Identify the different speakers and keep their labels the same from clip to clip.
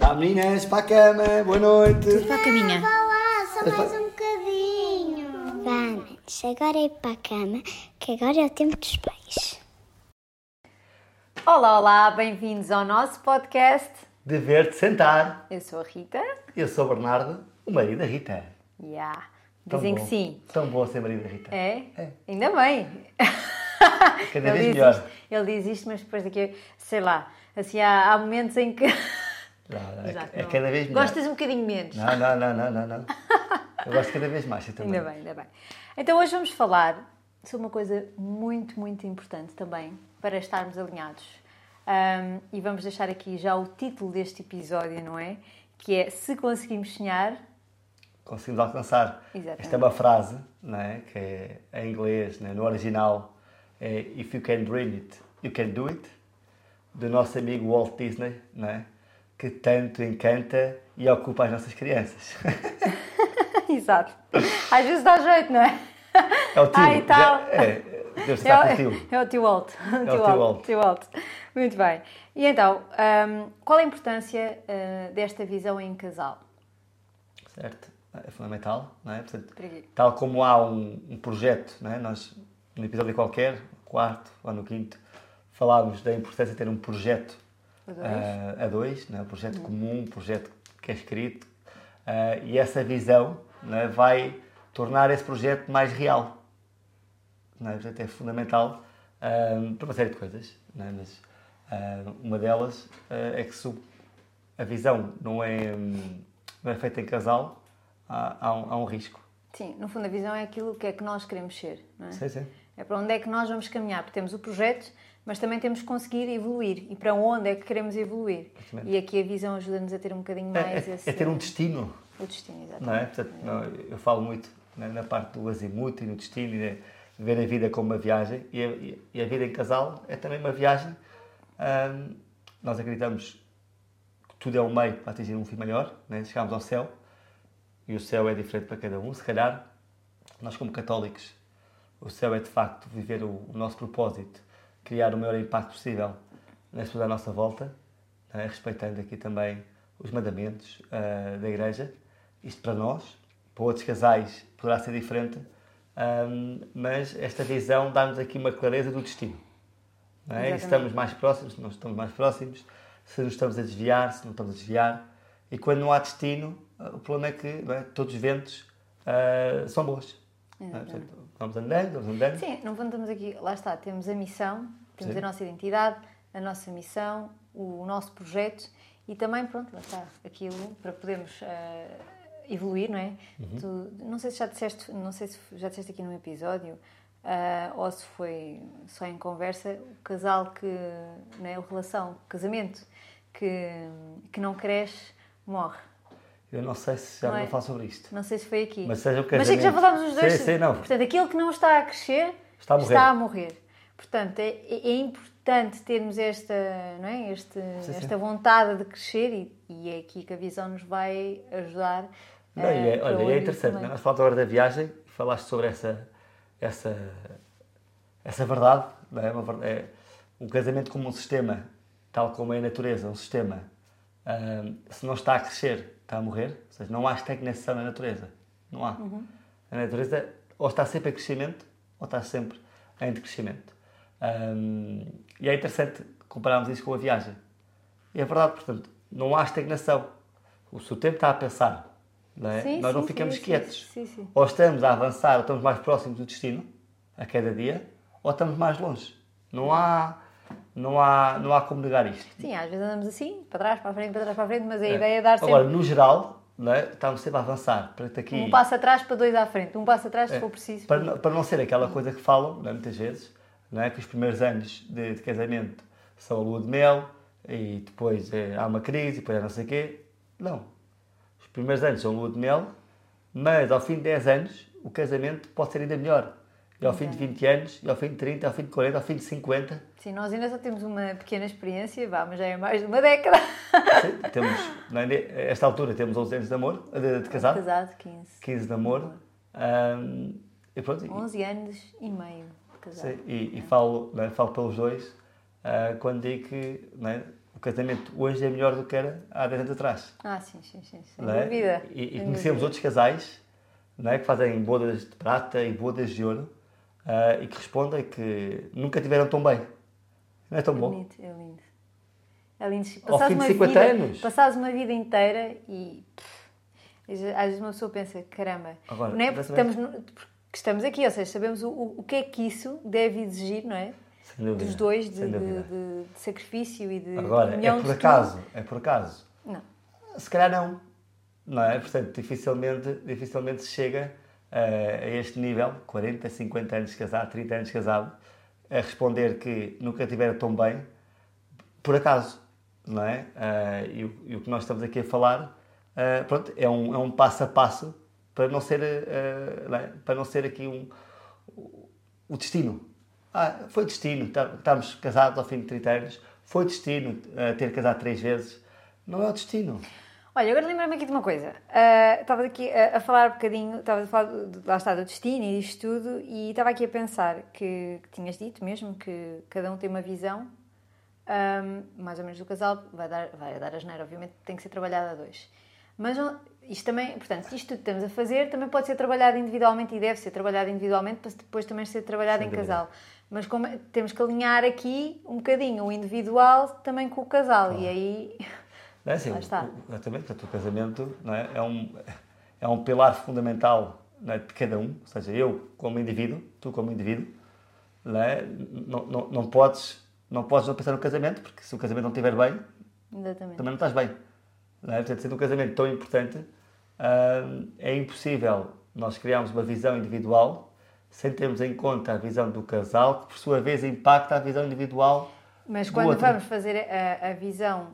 Speaker 1: Olá meninas, para a cama, boa noite.
Speaker 2: Para a caminha.
Speaker 3: Vá lá, só mais um bocadinho.
Speaker 4: Vamos, agora é para a cama, que agora é o tempo dos pais.
Speaker 2: Olá, olá, bem-vindos ao nosso podcast.
Speaker 1: Dever de sentar.
Speaker 2: Eu sou a Rita.
Speaker 1: Eu sou o Bernardo, o marido da Rita.
Speaker 2: Yeah.
Speaker 1: Tão
Speaker 2: Dizem
Speaker 1: bom.
Speaker 2: que sim.
Speaker 1: Tão bom ser marido da Rita.
Speaker 2: É? Ainda bem.
Speaker 1: Cada
Speaker 2: ele
Speaker 1: vez
Speaker 2: diz
Speaker 1: melhor.
Speaker 2: Isto, ele diz isto, mas depois daqui, sei lá, assim há, há momentos em que.
Speaker 1: Não, não, é,
Speaker 2: Exato,
Speaker 1: é
Speaker 2: não.
Speaker 1: cada vez melhor.
Speaker 2: Gostas um bocadinho menos.
Speaker 1: Não, não, não, não, não, não. Eu gosto cada vez mais. Eu também.
Speaker 2: Ainda bem, ainda bem. Então hoje vamos falar sobre uma coisa muito, muito importante também para estarmos alinhados. Ahm, e vamos deixar aqui já o título deste episódio, não é? Que é Se Conseguimos Sonhar.
Speaker 1: Conseguimos alcançar.
Speaker 2: Exatamente.
Speaker 1: Esta é uma frase, não é? Que é em inglês, né? no original, é If you can dream it, you can do it, do nosso amigo Walt Disney, não é? Que tanto encanta e ocupa as nossas crianças.
Speaker 2: Exato. Às vezes dá jeito, não é?
Speaker 1: É o tio.
Speaker 2: Ai, tal.
Speaker 1: já- é, deve estar
Speaker 2: é,
Speaker 1: com o tio.
Speaker 2: é o tio Walt. É
Speaker 1: tio Walt.
Speaker 2: tio Walt. Muito bem. E então, ahm, qual a importância ah, desta visão em casal?
Speaker 1: Certo? É fundamental, não é? Portanto,
Speaker 2: Por aqui.
Speaker 1: tal como há um, um projeto, não é? Nós, num episódio qualquer, no quarto ou no quinto, falámos da importância de ter um projeto
Speaker 2: A dois. Uhum.
Speaker 1: ah, a dois, não é? um projeto comum, um projeto que é escrito, ah, e essa visão não é? vai tornar esse projeto mais real. Não é? Portanto, é fundamental ah, para uma série de coisas, não é? mas ah, uma delas ah, é que se o- a visão não é, hum, não é feita em casal, há, há um, há um risco.
Speaker 2: Sim, no fundo a visão é aquilo que é que nós queremos ser, não é?
Speaker 1: Sim, sim.
Speaker 2: É para onde é que nós vamos caminhar, porque temos o projeto, mas também temos que conseguir evoluir. E para onde é que queremos evoluir?
Speaker 1: Exatamente.
Speaker 2: E aqui a visão ajuda-nos a ter um bocadinho
Speaker 1: É,
Speaker 2: mais
Speaker 1: é-
Speaker 2: esse,
Speaker 1: é ter um destino.
Speaker 2: o destino, exato.
Speaker 1: não é? Portanto, não, eu falo muito né, na parte do azimuth e no destino, e de ver a vida como uma viagem, e a, e- e a vida em casal é também uma viagem. Ahm, nós acreditamos que tudo é um meio para atingir um fim maior, né? chegamos ao céu, e o céu é diferente para cada um, se calhar. Nós, como católicos, o céu é de facto viver o, o nosso propósito, criar o maior impacto possível nas pessoas à nossa volta, não é? respeitando aqui também os mandamentos ah, da Igreja. Isto para nós, para outros casais poderá ser diferente, ahm, mas esta visão dá-nos aqui uma clareza do destino. Não é? E se
Speaker 2: Exatamente.
Speaker 1: estamos mais próximos, se não estamos mais próximos, se nos estamos a desviar, se não estamos a desviar. E quando não há destino, ah, o problema é que não é? todos os ventos ah, são bons. não é?
Speaker 2: Exatamente.
Speaker 1: Portanto, vamos andando, vamos andando.
Speaker 2: Sim, no fundo estamos aqui, lá está, temos a missão, temos
Speaker 1: Sim.
Speaker 2: a nossa identidade, a nossa missão, o nosso projeto e também, pronto, lá está, aquilo para podermos eh, evoluir, não é? Tu- não sei se já disseste, não sei se já disseste aqui num episódio ah, ou se foi só em conversa, o casal que, não é? A relação, o casamento que, que não cresce, morre.
Speaker 1: Eu não sei se já
Speaker 2: Não
Speaker 1: vou
Speaker 2: é?
Speaker 1: falar sobre isto.
Speaker 2: Não sei se foi aqui.
Speaker 1: Mas seja o
Speaker 2: sei que já
Speaker 1: casamento.
Speaker 2: falámos os dois.
Speaker 1: Sim, sim, não.
Speaker 2: Portanto, aquilo que não está a crescer
Speaker 1: Está a morrer.
Speaker 2: morrer. Portanto, é, é importante termos esta, não é? este,
Speaker 1: Sim, sim.
Speaker 2: esta vontade de crescer e, e é aqui que a visão nos vai ajudar.
Speaker 1: Não, e
Speaker 2: eh,
Speaker 1: é,
Speaker 2: para
Speaker 1: olha, e
Speaker 2: olhar
Speaker 1: é
Speaker 2: isso
Speaker 1: interessante,
Speaker 2: também.
Speaker 1: né? nós falamos agora da viagem, falaste sobre essa, essa, essa verdade, não é? Uma ver- é, o casamento como um sistema, tal como é a natureza, um sistema, ahm, se não está a crescer, está a morrer, ou seja, não há estagnação na natureza, não há.
Speaker 2: Uhum.
Speaker 1: A natureza ou está sempre em crescimento, ou está sempre em decrescimento. Ahm, e é interessante compararmos isso com a viagem. E é verdade, portanto, não há estagnação. O seu tempo está a pensar. Não é?
Speaker 2: Sim,
Speaker 1: Nós não
Speaker 2: sim,
Speaker 1: ficamos
Speaker 2: sim, sim,
Speaker 1: quietos.
Speaker 2: sim, sim.
Speaker 1: Ou estamos a avançar, ou estamos mais próximos do destino, a cada dia, ou estamos mais longe. Não há, não há, não há como negar isto.
Speaker 2: Sim, às vezes andamos assim, para trás, para a frente, para trás, para a frente, mas a ideia é dar sempre
Speaker 1: Agora, no geral, não é? estamos sempre a avançar. Portanto, aqui, É.
Speaker 2: um passo atrás para dois à frente, um passo atrás se for preciso.
Speaker 1: Para, não- para não ser aquela coisa que falam, não é, muitas vezes, não é? que os primeiros anos de, de casamento são a lua de mel e depois eh, há uma crise, depois há não sei o quê. Não. Os primeiros anos são lua de mel, mas ao fim de 10 anos o casamento pode ser ainda melhor. E ao fim de 20 anos, e ao fim de 30, ao fim de 40, ao fim de 50,
Speaker 2: Sim, nós ainda só temos uma pequena experiência, vá, mas já é mais de uma década.
Speaker 1: sim, temos, não é? Ne- a esta altura temos 11 anos de amor, de, de casado,
Speaker 2: Casado, 15.
Speaker 1: 15 de amor, ahm, e pronto, e-
Speaker 2: 11 anos e meio de casado.
Speaker 1: né, Sim, e, e falo, não é? falo pelos dois ah, quando digo que não é? o casamento hoje é melhor do que era há 10 anos atrás.
Speaker 2: Ah, sim, sim, sim. Sem
Speaker 1: não é?
Speaker 2: dúvida.
Speaker 1: E, e
Speaker 2: sem
Speaker 1: conhecemos
Speaker 2: dúvida.
Speaker 1: outros casais não é? que fazem bodas de prata e bodas de ouro ah, e que respondem que nunca tiveram tão bem. Não é tão
Speaker 2: É
Speaker 1: bom.
Speaker 2: lindo, é lindo. É lindo.
Speaker 1: Ao
Speaker 2: Passares
Speaker 1: fim de
Speaker 2: uma
Speaker 1: 50
Speaker 2: vida-
Speaker 1: anos.
Speaker 2: Passares uma vida inteira e. pff, às vezes- às vezes uma pessoa pensa, caramba,
Speaker 1: Agora,
Speaker 2: não é porque
Speaker 1: exatamente.
Speaker 2: estamos, no- porque estamos aqui, ou seja, sabemos o, o, o que é que isso deve exigir, não é?
Speaker 1: Sem dúvida,
Speaker 2: Dos dois, de,
Speaker 1: sem dúvida.
Speaker 2: de- de- de sacrifício e de.
Speaker 1: Agora,
Speaker 2: união
Speaker 1: é por
Speaker 2: de tudo.
Speaker 1: acaso, é por acaso.
Speaker 2: Não.
Speaker 1: Se calhar não. Não é? Portanto, dificilmente, dificilmente se chega eh, a este nível, 40, 50 anos de casado, 30 anos de casado, a responder que nunca tiveram tão bem, por acaso, não é? Eh, e, o- e o que nós estamos aqui a falar, eh, pronto, é um, é um passo a passo para não ser, eh, não é? para não ser aqui um, o destino. Ah, foi destino, tá- estamos casados ao fim de 30 anos, foi destino eh, ter casado três vezes. Não é o destino.
Speaker 2: Olha, agora lembra-me aqui de uma coisa. Ah, Estava aqui a, a falar um bocadinho, estava a falar do, do- lá está, do destino e disto tudo, e estava aqui a pensar que, que tinhas dito mesmo que cada um tem uma visão, ahm, mais ou menos do casal, vai dar, vai dar a geneira, obviamente tem que ser trabalhada a dois. Mas não- isto também, portanto, isto tudo que estamos a fazer também pode ser trabalhado individualmente e deve ser trabalhado individualmente para depois também ser trabalhado
Speaker 1: Sem
Speaker 2: em
Speaker 1: dúvida.
Speaker 2: casal. Mas como é- temos que alinhar aqui um bocadinho o individual também com o casal, e aí.
Speaker 1: Não é assim,
Speaker 2: Lá está.
Speaker 1: o- Exatamente, portanto, o casamento não é? É, um, é um pilar fundamental não é, de cada um, ou seja, eu como indivíduo, tu como indivíduo, não, é? não, não, não podes, não podes não pensar no casamento, porque se o casamento não estiver bem,
Speaker 2: Exatamente.
Speaker 1: também não estás bem. Não é? Portanto, sendo um casamento tão importante, hum, é impossível nós criarmos uma visão individual sem termos em conta a visão do casal, que por sua vez impacta a visão individual.
Speaker 2: Mas
Speaker 1: do
Speaker 2: quando
Speaker 1: outro.
Speaker 2: vamos fazer a, a visão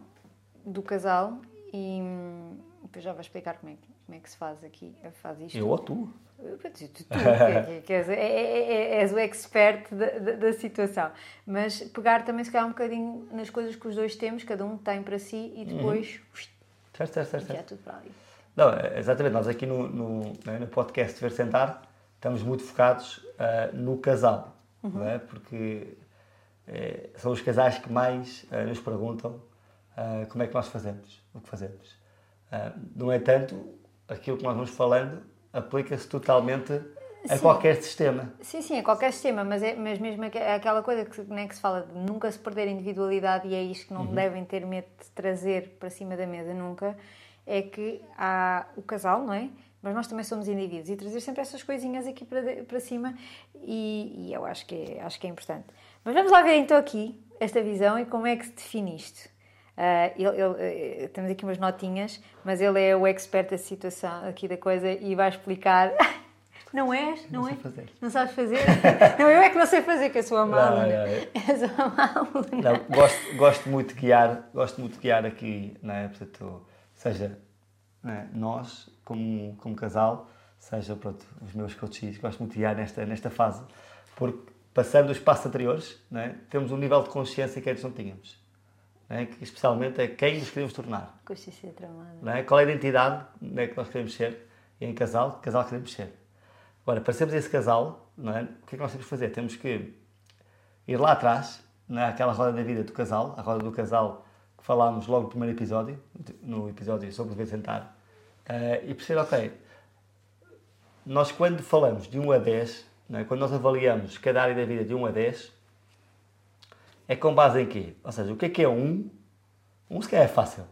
Speaker 2: do casal e hum, depois já vou explicar como é, que- como é que se faz aqui, faz isto.
Speaker 1: Eu ou tu.
Speaker 2: Eu vou dizer, Tu, tu, que- que- que és, é- é- é- és o expert da, da- da situação. Mas pegar também se calhar um bocadinho nas coisas que os dois temos, cada um tem para si e depois ux,
Speaker 1: Certo, certo, certo.
Speaker 2: já
Speaker 1: Uhum.
Speaker 2: é
Speaker 1: certo.
Speaker 2: tudo para ali.
Speaker 1: Não, é- exatamente, nós aqui no, no, né, no podcast Ver Sentar estamos muito focados ah, no casal, não é? Porque eh, são os casais que mais ah, nos perguntam ah, como é que nós fazemos, o que fazemos. Ah, no entanto, aquilo que nós vamos falando aplica-se totalmente a
Speaker 2: Sim.
Speaker 1: qualquer sistema.
Speaker 2: Sim, sim, é qualquer sistema, mas, é, mas mesmo aque- aquela coisa que, se- né, que se fala de nunca se perder a individualidade e é isto que não devem ter medo de trazer para cima da mesa nunca, é que há o casal, não é? Mas nós também somos indivíduos e trazer sempre essas coisinhas aqui para, de- para cima e, e eu acho que, é, acho que é importante. Mas vamos lá ver então aqui esta visão e como é que se define isto. Ah, ele- ele, eh, temos aqui umas notinhas, mas ele é o expert da situação aqui da coisa e vai explicar. Não és? Não,
Speaker 1: Não sei
Speaker 2: é?
Speaker 1: fazer.
Speaker 2: Não sabes fazer? não, eu é que não sei fazer, que eu sou a má
Speaker 1: Não,
Speaker 2: aluna.
Speaker 1: não, eu-
Speaker 2: És a má aluna.
Speaker 1: Não, gosto, gosto muito de guiar, gosto muito de guiar aqui, não é? Portanto, seja né, nós, como, como casal, seja pronto, os meus coaches, gosto muito de guiar nesta, nesta fase, porque passando os passos anteriores, não é, temos um nível de consciência que antes não tínhamos. Não é? Que especialmente é quem nos queremos tornar
Speaker 2: Consciência tramada.
Speaker 1: não é? Qual é a identidade né, que nós queremos ser e em casal, que casal queremos ser. Agora, para sermos esse casal, não é? o que é que nós temos que fazer? Temos que ir lá atrás, não é? àquela roda da vida do casal, a roda do casal que falámos logo no primeiro episódio, no episódio sobre o dever sentar, eh, e perceber, ok, nós quando falamos de 1 a 10, não é? quando nós avaliamos cada área da vida de 1 a 10, é com base em quê? Ou seja, o que é que é 1? 1 se calhar é fácil,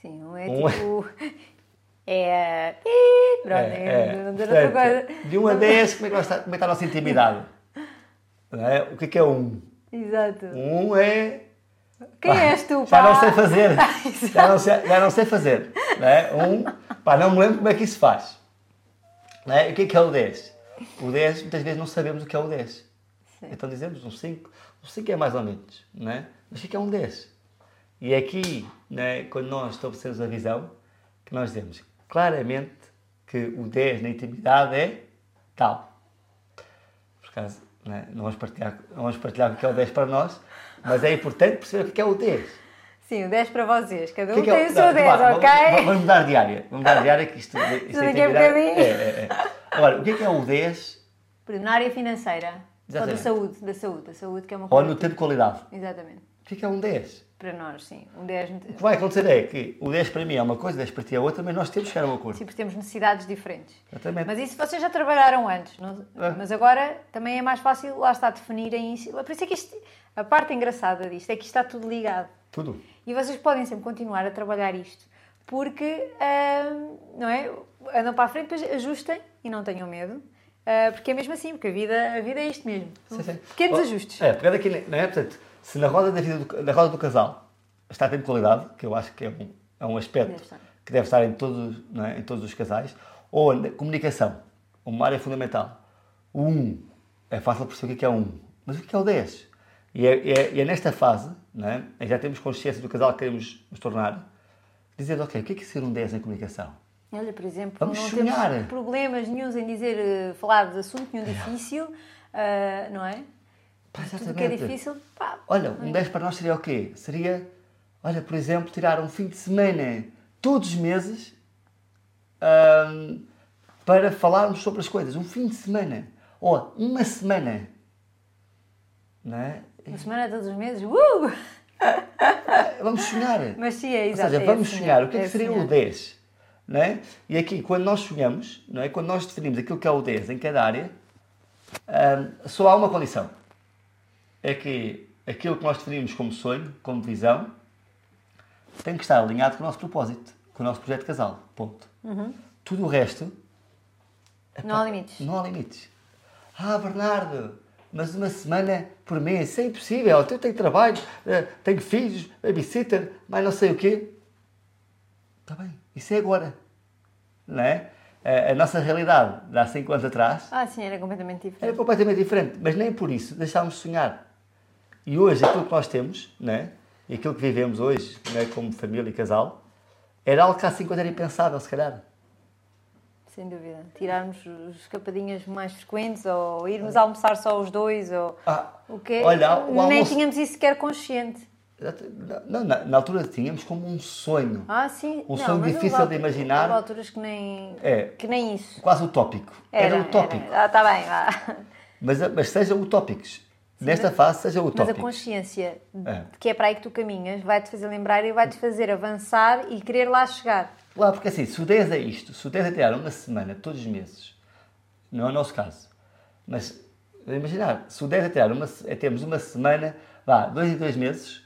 Speaker 2: Sim, um é
Speaker 1: Um é-
Speaker 2: tipo. É. Ih, Pronto,
Speaker 1: É,
Speaker 2: é,
Speaker 1: é.
Speaker 2: não dizer outra
Speaker 1: Portanto,
Speaker 2: coisa.
Speaker 1: De 1 a 10, como é que está, como é que está a nossa intimidade? Não é? O que é que é 1?
Speaker 2: Exato.
Speaker 1: 1 é.
Speaker 2: Quem
Speaker 1: pá,
Speaker 2: és tu,
Speaker 1: Ah, Já
Speaker 2: pá?
Speaker 1: não sei fazer.
Speaker 2: exato.
Speaker 1: já, não sei, já não sei fazer. Não é? 1, pá, não me lembro como é que isso faz. Não é? O que é que é o 10? O 10, muitas vezes não sabemos o que é o 10.
Speaker 2: Sim.
Speaker 1: Então dizemos um 5. Um 5 é mais ou menos, não é? Mas o que é que é um 10? E é aqui, né, quando nós estabelecemos a visão, que nós dizemos claramente que o 10 na intimidade é tal. Por acaso, né, não, vamos partilhar, não vamos partilhar o que é o 10 para nós, mas é importante perceber o que é o 10.
Speaker 2: Sim, o 10 para vocês. Cada um
Speaker 1: O que é que é
Speaker 2: tem o seu
Speaker 1: não,
Speaker 2: 10,
Speaker 1: vá, vamos-
Speaker 2: ok?
Speaker 1: Vamos, vamos mudar de área. Vamos mudar de área que isto, isto
Speaker 2: Tudo aqui é
Speaker 1: intimidade-
Speaker 2: bocadinho.
Speaker 1: é, é, é. Agora, o que é que é o 10
Speaker 2: Por exemplo, Na área financeira. Ou da
Speaker 1: Exatamente.
Speaker 2: saúde, da saúde, da saúde, que é uma
Speaker 1: ou
Speaker 2: coisa.
Speaker 1: no tempo de qualidade?
Speaker 2: Exatamente.
Speaker 1: O que é que é um 10?
Speaker 2: para nós, sim. Um 10.
Speaker 1: O que vai acontecer é que o 10 para mim é uma coisa, o 10 para ti é outra, mas nós temos que chegar a um acordo.
Speaker 2: Sim, porque temos necessidades diferentes.
Speaker 1: Exatamente.
Speaker 2: Mas isso vocês já trabalharam antes, não-
Speaker 1: É.
Speaker 2: mas agora também é mais fácil, lá está, definirem isso. Por isso é que isto, a parte engraçada disto é que isto está tudo ligado.
Speaker 1: Tudo.
Speaker 2: E vocês podem sempre continuar a trabalhar isto, porque, ahm, não é? Andam para a frente, depois ajustem e não tenham medo, ah, porque é mesmo assim, porque a vida, a vida é isto mesmo. São
Speaker 1: Sim, sim.
Speaker 2: Pequenos
Speaker 1: Oh,
Speaker 2: ajustes.
Speaker 1: É, pegando aqui, não é? Portanto, se na roda da vida do, na roda do casal está a ter qualidade, que eu acho que é um, é um aspecto
Speaker 2: Deve estar.
Speaker 1: que deve estar em todos, os- não é? em todos os casais, ou na comunicação, uma área fundamental. O 1, é fácil perceber o que é o 1, mas o que é o 10? E é, e é- e é nesta fase, não é? em que já temos consciência do casal que queremos nos tornar, dizer, ok, o que é, que é ser um 10 em comunicação?
Speaker 2: Olha, por exemplo,
Speaker 1: Vamos
Speaker 2: não
Speaker 1: sonhar. É.
Speaker 2: temos problemas nenhuns em dizer, eh, falar de assunto nenhum difícil, ah, não é?
Speaker 1: Pá,
Speaker 2: Tudo o que é
Speaker 1: exatamente.
Speaker 2: difícil, pá,
Speaker 1: Olha, um 10 para nós seria o quê? Seria, olha, por exemplo, tirar um fim de semana todos os meses ahm, para falarmos sobre as coisas. Um fim de semana. Ou uma semana. Não é?
Speaker 2: uma semana todos os meses, uh!
Speaker 1: Vamos sonhar.
Speaker 2: Mas sim, é
Speaker 1: Ou
Speaker 2: exato.
Speaker 1: seja,
Speaker 2: é
Speaker 1: vamos
Speaker 2: esse
Speaker 1: sonhar.
Speaker 2: mesmo,
Speaker 1: O que é que
Speaker 2: esse
Speaker 1: seria o
Speaker 2: mesmo.
Speaker 1: 10? Não é? E aqui, quando nós sonhamos, não é? quando nós definimos aquilo que é o 10 em cada área, ahm, só há uma condição. É que aquilo que nós definimos como sonho, como visão, tem que estar alinhado com o nosso propósito, com o nosso projeto de casal. Ponto.
Speaker 2: Uhum.
Speaker 1: Tudo o resto
Speaker 2: Não há limites.
Speaker 1: não há limites. Ah, Bernardo, mas uma semana por mês, isso é impossível. Eu tenho trabalho, eh, tenho filhos, babysitter, mas não sei o quê. Está bem, isso é agora. Não é? A, a nossa realidade de há 5 anos atrás
Speaker 2: Ah, sim, era completamente
Speaker 1: era
Speaker 2: diferente.
Speaker 1: completamente diferente, mas nem por isso deixámos de sonhar. E hoje aquilo que nós temos, não é? e aquilo que vivemos hoje, não é? como família e casal, era algo que há 5 anos era impensável, se calhar.
Speaker 2: Sem dúvida. Tirarmos os escapadinhas mais frequentes ou irmos almoçar só os dois ou
Speaker 1: Ah,
Speaker 2: o quê? é
Speaker 1: olha, o
Speaker 2: Nem
Speaker 1: almoço-
Speaker 2: tínhamos isso sequer consciente.
Speaker 1: Exato. Não, na, na altura tínhamos como um sonho,
Speaker 2: Ah, sim.
Speaker 1: Um
Speaker 2: não,
Speaker 1: sonho
Speaker 2: mas houve
Speaker 1: difícil
Speaker 2: altu-
Speaker 1: de imaginar.
Speaker 2: Houve alturas que nem,
Speaker 1: É.
Speaker 2: que nem isso.
Speaker 1: quase utópico. Era, utópico.
Speaker 2: era. Ah, está bem, vá.
Speaker 1: Mas, mas sejam utópicos. Nesta fase, sejam
Speaker 2: Mas a
Speaker 1: utópicos.
Speaker 2: consciência de
Speaker 1: É.
Speaker 2: que é para aí que tu caminhas vai-te fazer lembrar e vai-te fazer avançar e querer lá chegar.
Speaker 1: Lá, porque assim, se o 10 é isto, se o 10 é tirar uma semana todos os meses, não é o nosso caso, mas imaginar, se o 10 é tirar uma, se- é termos uma semana, vá, dois em dois meses,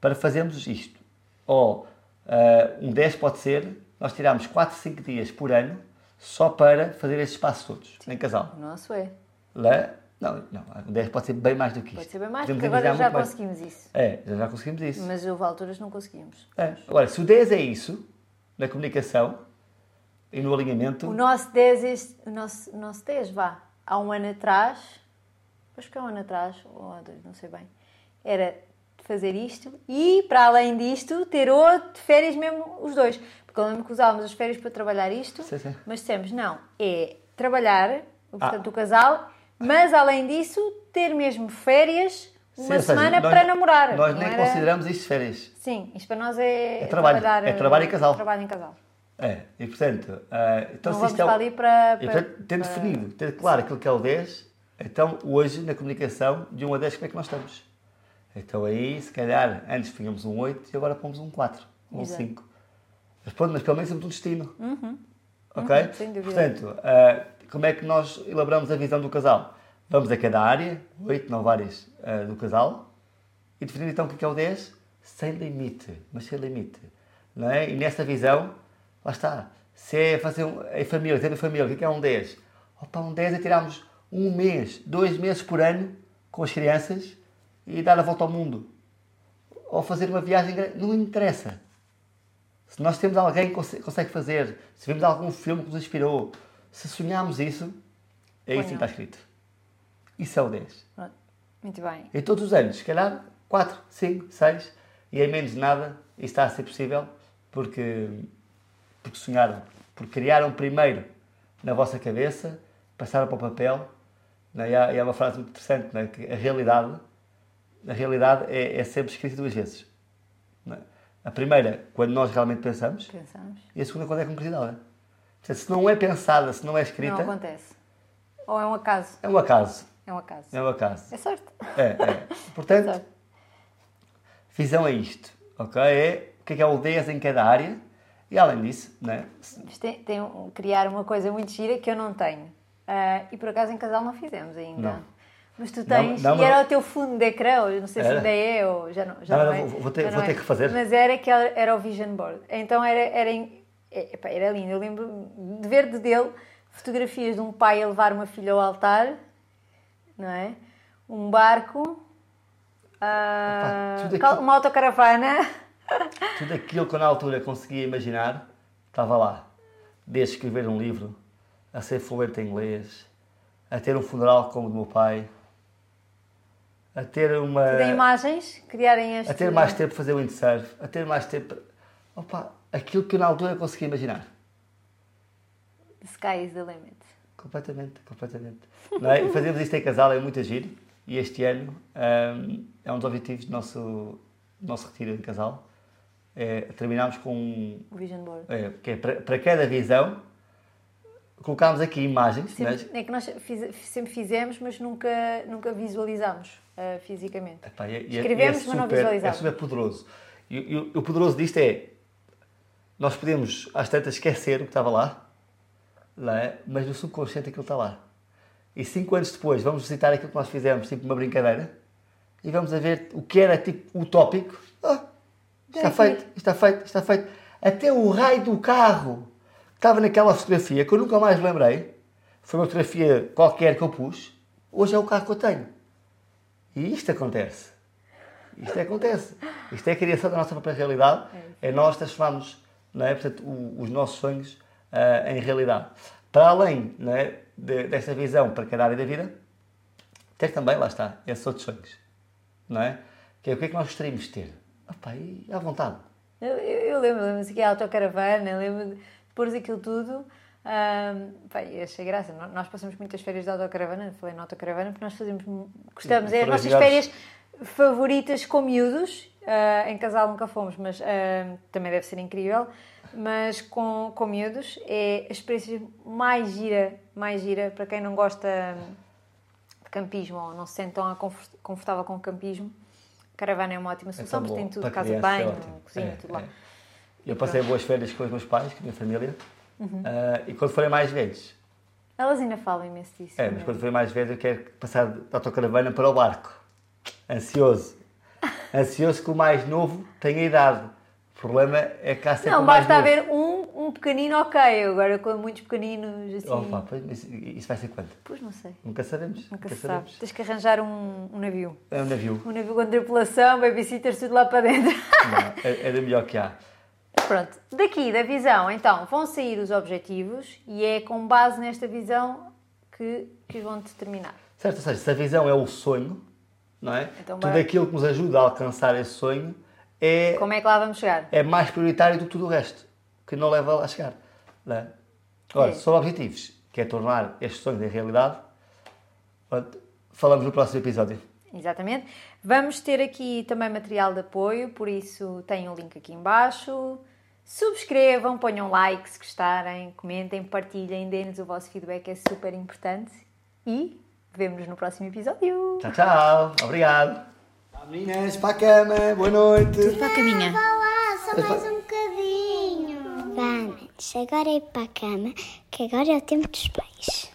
Speaker 1: para fazermos isto. Ou ah, um 10 pode ser, nós tirarmos 4, 5 dias por ano só para fazer estes passos todos, em casal.
Speaker 2: O nosso é.
Speaker 1: Lá, Né? não, não, um 10 pode ser bem mais do que isto.
Speaker 2: Pode ser bem mais,
Speaker 1: Podemos
Speaker 2: porque agora
Speaker 1: imaginar
Speaker 2: já
Speaker 1: muito mais.
Speaker 2: conseguimos isso.
Speaker 1: É, já- já conseguimos isso.
Speaker 2: Mas houve alturas que não conseguimos.
Speaker 1: É. Agora, se o 10 é isso, na comunicação e no alinhamento,
Speaker 2: O nosso 10, este, o nosso, o nosso 10, vá, há um ano atrás, acho que há um ano atrás, ou há dois, não sei bem, era fazer isto e, para além disto, ter outro férias mesmo os dois. Porque eu lembro que usávamos as férias para trabalhar isto,
Speaker 1: Sim, sim.
Speaker 2: mas dissemos, não, é trabalhar, portanto,
Speaker 1: Ah.
Speaker 2: o casal, mas além disso, ter mesmo férias
Speaker 1: Sim,
Speaker 2: uma
Speaker 1: ou seja,
Speaker 2: semana é
Speaker 1: nós-
Speaker 2: para namorar.
Speaker 1: Nós
Speaker 2: não
Speaker 1: nem
Speaker 2: era-
Speaker 1: consideramos isto férias.
Speaker 2: Sim, isto para nós é,
Speaker 1: É trabalho, é trabalho em casal.
Speaker 2: Trabalho em casal.
Speaker 1: É, e portanto, ah, então
Speaker 2: Não
Speaker 1: se
Speaker 2: vamos
Speaker 1: isto é.
Speaker 2: para ali para-
Speaker 1: e,
Speaker 2: para-
Speaker 1: portanto, ter definido, ter claro aquilo que é o 10, então hoje na comunicação, de 1 a 10, como é que nós estamos? Então aí, se calhar, antes punhamos um 8 e agora pomos um 4, um
Speaker 2: Exato.
Speaker 1: 5. Mas pronto, mas pelo menos temos um destino. Ok?
Speaker 2: Uhum, sem dúvida.
Speaker 1: Portanto, ah, como é que nós elaboramos a visão do casal? Vamos a cada área, 8, 9 áreas ah, do casal, e definir então o que é o 10 sem limite, mas sem limite. Não é? E nessa visão, lá está. Se é fazer um, em família, ter em família, o que é que é um 10? Opa, um 10 é tirarmos um mês, dois meses por ano com as crianças e dar a volta ao mundo. Ou fazer uma viagem grande, não interessa. Se nós temos alguém que conse- consegue fazer, se vimos algum filme que nos inspirou, se sonharmos isso, é isso que
Speaker 2: Ponham.
Speaker 1: está escrito. Isso é o 10.
Speaker 2: Pronto. Muito bem.
Speaker 1: E todos os anos, se calhar, 4, 5, 6, e em menos de nada, isso está a ser possível porque, porque sonharam, porque criaram primeiro na vossa cabeça, passaram para o papel, né? e, há, e há uma frase muito interessante, né? que a realidade, a realidade é, é sempre escrita duas vezes. né? A primeira, quando nós realmente pensamos,
Speaker 2: Pensamos.
Speaker 1: e a segunda, quando é concretizada. Portanto, se não é pensada, se não é
Speaker 2: Não
Speaker 1: escrita,
Speaker 2: acontece. Ou é um acaso.
Speaker 1: é um acaso.
Speaker 2: É um acaso.
Speaker 1: É um acaso.
Speaker 2: É sorte.
Speaker 1: É, é. Portanto,
Speaker 2: Exato.
Speaker 1: Visão é isto, ok? É o que é que há aldeias em cada área e além disso, né?
Speaker 2: Mas tem, tem um- criar uma coisa muito gira que eu não tenho. Ah, e por acaso em casal não fizemos ainda.
Speaker 1: Não.
Speaker 2: Mas tu
Speaker 1: Não,
Speaker 2: tens,
Speaker 1: não,
Speaker 2: e
Speaker 1: mas-
Speaker 2: era o teu fundo de ecrã, ou eu não sei se
Speaker 1: Era?
Speaker 2: ainda é, ou já não, já
Speaker 1: Não,
Speaker 2: não,
Speaker 1: não,
Speaker 2: é.
Speaker 1: vou- vou ter-
Speaker 2: já não
Speaker 1: vou ter
Speaker 2: é.
Speaker 1: que fazer.
Speaker 2: Mas era que era, era o vision board. Então era, era, em- é, epá, era lindo. Eu lembro de ver de dele fotografias de um pai a levar uma filha ao altar, não é? Um barco, ah,
Speaker 1: Epá, tudo
Speaker 2: cal-
Speaker 1: aquilo-
Speaker 2: uma autocaravana.
Speaker 1: Tudo aquilo que eu na altura conseguia imaginar estava lá. Desde escrever um livro, a ser fluente em inglês, a ter um funeral como o do meu pai, a ter uma.
Speaker 2: Tudo em imagens, criarem este...
Speaker 1: É. a ter mais tempo para fazer windsurf, a ter mais tempo. para- Opa, aquilo que eu na altura conseguia imaginar.
Speaker 2: The sky is the limit.
Speaker 1: Completamente, completamente. Não é? E Fazemos isto em casal, é muito agir. E este ano hum, é um dos objetivos do nosso, do nosso retiro em casal. É terminarmos com um-
Speaker 2: O vision board.
Speaker 1: É, que é para, para cada visão, colocámos aqui imagens, mas,
Speaker 2: Sempre, é que nós fiz- sempre fizemos, mas nunca, nunca visualizámos ah, fisicamente.
Speaker 1: epá, e- e- e
Speaker 2: Escrevemos, mas não
Speaker 1: É
Speaker 2: visualizamos.
Speaker 1: super poderoso. E, e o- o poderoso disto é, nós podemos às tantas esquecer o que estava lá, não é? mas no subconsciente aquilo está lá. E cinco anos depois vamos visitar aquilo que nós fizemos, tipo uma brincadeira, e vamos a ver o que era tipo utópico. Ah, está
Speaker 2: Já aqui.
Speaker 1: feito, está feito, está feito. Até o raio do carro que estava naquela fotografia, que eu nunca mais lembrei, foi uma fotografia qualquer que eu pus, hoje é o carro que eu tenho. E isto acontece. Isto é acontece. Isto é a criação da nossa própria realidade. É nós transformarmos não é? Portanto, o- os nossos sonhos ah, em realidade. Para além não é? de- desta visão para cada área da vida, ter também, lá está, esses outros sonhos. Não é? Que é o que é que nós gostaríamos de ter? Opa, e à vontade.
Speaker 2: Eu, eu- eu lembro, lembro-me assim que a autocaravana, lembro de pôr aquilo tudo. Um, bem, achei graça. No- Nós passamos muitas férias de autocaravana, falei na autocaravana, porque nós fazemos, mu- gostamos,
Speaker 1: E
Speaker 2: é as nossas
Speaker 1: fragilidades.
Speaker 2: férias favoritas com miúdos. Ah, em casal nunca fomos, mas ah, também deve ser incrível. Mas com, com miúdos é a experiência mais gira, mais gira para quem não gosta. hum, de campismo ou não se sente tão confort- confortável com o campismo, caravana é uma ótima solução,
Speaker 1: tão
Speaker 2: porque
Speaker 1: bom.
Speaker 2: tem tudo,
Speaker 1: Para
Speaker 2: casa de
Speaker 1: criança é
Speaker 2: banho,
Speaker 1: ótimo.
Speaker 2: cozinha,
Speaker 1: É,
Speaker 2: tudo lá.
Speaker 1: é. Eu passei boas férias com os meus pais, com a minha família. Ah, e quando forem mais velhos,
Speaker 2: Elas ainda falam imenso disso.
Speaker 1: É, mas quando for mais velho eu quero passar da autocaravana para o barco. Ansioso. Ansioso que o mais novo tenha idade. O problema é que há sempre
Speaker 2: não,
Speaker 1: o mais
Speaker 2: basta
Speaker 1: novo.
Speaker 2: haver um, um pequenino ok, agora com muitos pequeninos assim.
Speaker 1: Opa, pois, mas isso vai ser quando?
Speaker 2: Pois não sei,
Speaker 1: Nunca sabemos.
Speaker 2: nunca se sabe. Tens que arranjar um, um navio.
Speaker 1: É um navio.
Speaker 2: Um navio com tripulação, babysitters, tudo lá para dentro.
Speaker 1: Não, é, é da melhor que há.
Speaker 2: Pronto, daqui da visão, então, vão sair os objetivos e é com base nesta visão que, que vão determinar.
Speaker 1: Certo? Ou seja, se a visão é o sonho, não é?
Speaker 2: Então
Speaker 1: tudo
Speaker 2: vai.
Speaker 1: aquilo que nos ajuda a alcançar esse sonho é,
Speaker 2: Como é que lá vamos chegar?
Speaker 1: é mais prioritário do que tudo o resto, que não leva lá a chegar. Não é? Ora,
Speaker 2: É.
Speaker 1: sobre objetivos, que é tornar estes sonhos em realidade, pronto, falamos no próximo episódio.
Speaker 2: Exatamente. Vamos ter aqui também material de apoio, por isso tem o link aqui em baixo. Subscrevam, ponham like se gostarem, comentem, partilhem, deem-nos o vosso feedback, é super importante. E vemo-nos no próximo episódio.
Speaker 1: Tchau, tchau. Obrigado. Meninas, para a cama. Boa noite.
Speaker 5: Tudo para a caminha.
Speaker 3: Vá lá, só mais um bocadinho.
Speaker 4: Vá, manos, agora é para a cama, que agora é o tempo dos pais.